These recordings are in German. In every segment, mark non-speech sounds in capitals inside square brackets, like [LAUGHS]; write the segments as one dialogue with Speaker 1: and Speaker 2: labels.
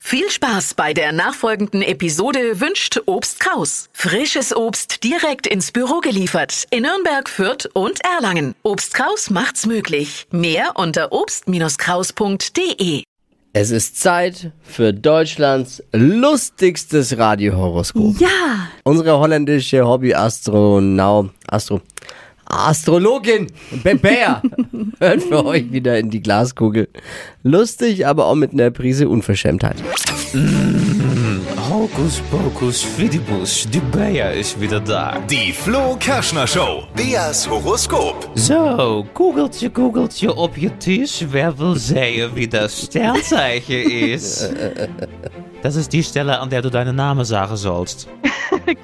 Speaker 1: Viel Spaß bei der nachfolgenden Episode wünscht Obst Kraus. Frisches Obst direkt ins Büro geliefert in Nürnberg, Fürth und Erlangen. Obst Kraus macht's möglich. Mehr unter obst-kraus.de.
Speaker 2: Es ist Zeit für Deutschlands lustigstes Radiohoroskop.
Speaker 3: Ja,
Speaker 2: Unsere holländische Hobby-Astronau, Astro, Astrologin Bebea hört für euch wieder in die Glaskugel. Lustig, aber auch mit einer Prise Unverschämtheit.
Speaker 4: Hocus pocus fidibus, die Bea ist wieder da.
Speaker 5: Die Flo Kerschner Show. Beas Horoskop.
Speaker 4: Zo, googeltje, googeltje op je tisch. Wer wil zeggen wie dat Sternzeichen is? Das ist die Stelle, an der du deinen Namen sagen sollst.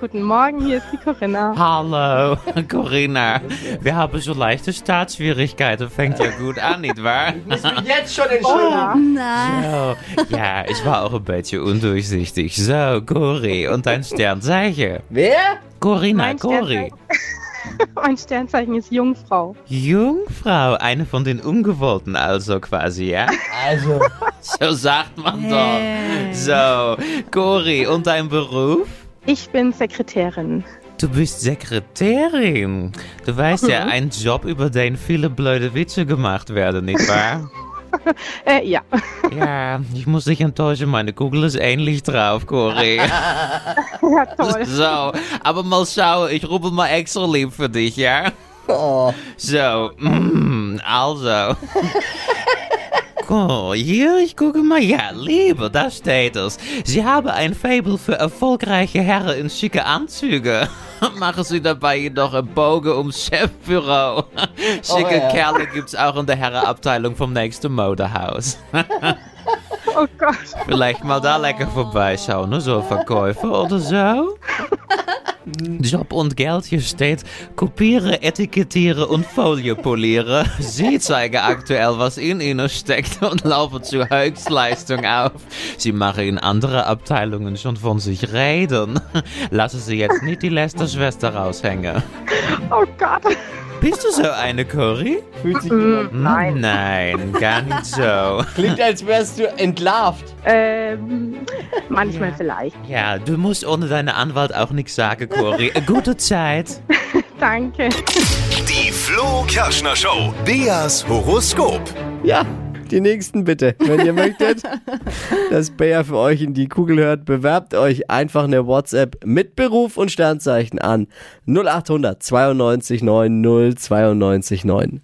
Speaker 6: Guten Morgen, hier ist die Corinna.
Speaker 4: Hallo, [LAUGHS] Corinna. Wir haben so leichte Startschwierigkeiten. Fängt ja gut an, nicht wahr?
Speaker 2: Jetzt schon entschuldigen.
Speaker 3: na,
Speaker 4: Oh, ja, ich war auch ein bisschen undurchsichtig. So, Cori, und dein Sternzeichen?
Speaker 2: Wer?
Speaker 4: Corinna,
Speaker 6: Mein
Speaker 4: Cori.
Speaker 6: [LAUGHS] Mein Sternzeichen ist Jungfrau.
Speaker 4: Jungfrau, eine von den Ungewollten also quasi, ja?
Speaker 2: Also,
Speaker 4: [LAUGHS] So sagt man doch. So, Cori, und dein Beruf?
Speaker 6: Ich bin Sekretärin.
Speaker 4: Du bist Sekretärin. Du weißt ja, ein Job, über den viele blöde Witze gemacht werden, nicht [LAUGHS] wahr?
Speaker 6: Äh, ja. [LAUGHS]
Speaker 4: ja, ich muss dich enttäuschen, meine Google ist ähnlich drauf, [LAUGHS] Cori. [LAUGHS]
Speaker 6: Ja, toll.
Speaker 4: so, aber mal schauen, ich rufe mal extra lieb für dich, ja?
Speaker 2: oh,
Speaker 4: So, mm, also. Cool, hier, ich gucke mal. Ja, Liebe, da steht es. Sie haben ein Fable für erfolgreiche Herren in schicke Anzüge. [LAUGHS] Machen Sie dabei jedoch einen Bogen ums Chefbüro. [LAUGHS] Schicke
Speaker 2: Oh, ja.
Speaker 4: Kerle gibt's auch in der Herrenabteilung vom nächsten Modehaus.
Speaker 6: Oh Gott.
Speaker 4: Vielleicht mal da lekker vorbeischauen, ne? so Verkäufer oder so. Job und Geld hier steht: Kopiere, Etikettiere und Folie poliere. Sie zeigen aktuell, was in ihnen steckt und laufen zur Höchstleistung auf. Sie machen in andere dus Abteilungen schon von sich reden. [LAUGHS] Lassen Sie jetzt nicht die letzte Schwester raushängen.
Speaker 6: Oh Gott.
Speaker 4: Bist du so eine Curry?
Speaker 2: fühlt sich jemand.
Speaker 4: Nein. Nein, gar nicht so.
Speaker 2: Klingt, als wärst du entlarvt.
Speaker 6: Ähm, manchmal vielleicht.
Speaker 4: Ja, du musst ohne deine Anwalt auch nichts sagen, Cori. Eine Gute Zeit.
Speaker 6: Danke.
Speaker 5: Die Flo Kerschner Show. Beas Horoskop.
Speaker 2: Ja, die nächsten bitte, wenn ihr möchtet, dass Bayer für euch in die Kugel hört. Bewerbt euch einfach eine WhatsApp mit Beruf und Sternzeichen an 0800 92 9 092 9.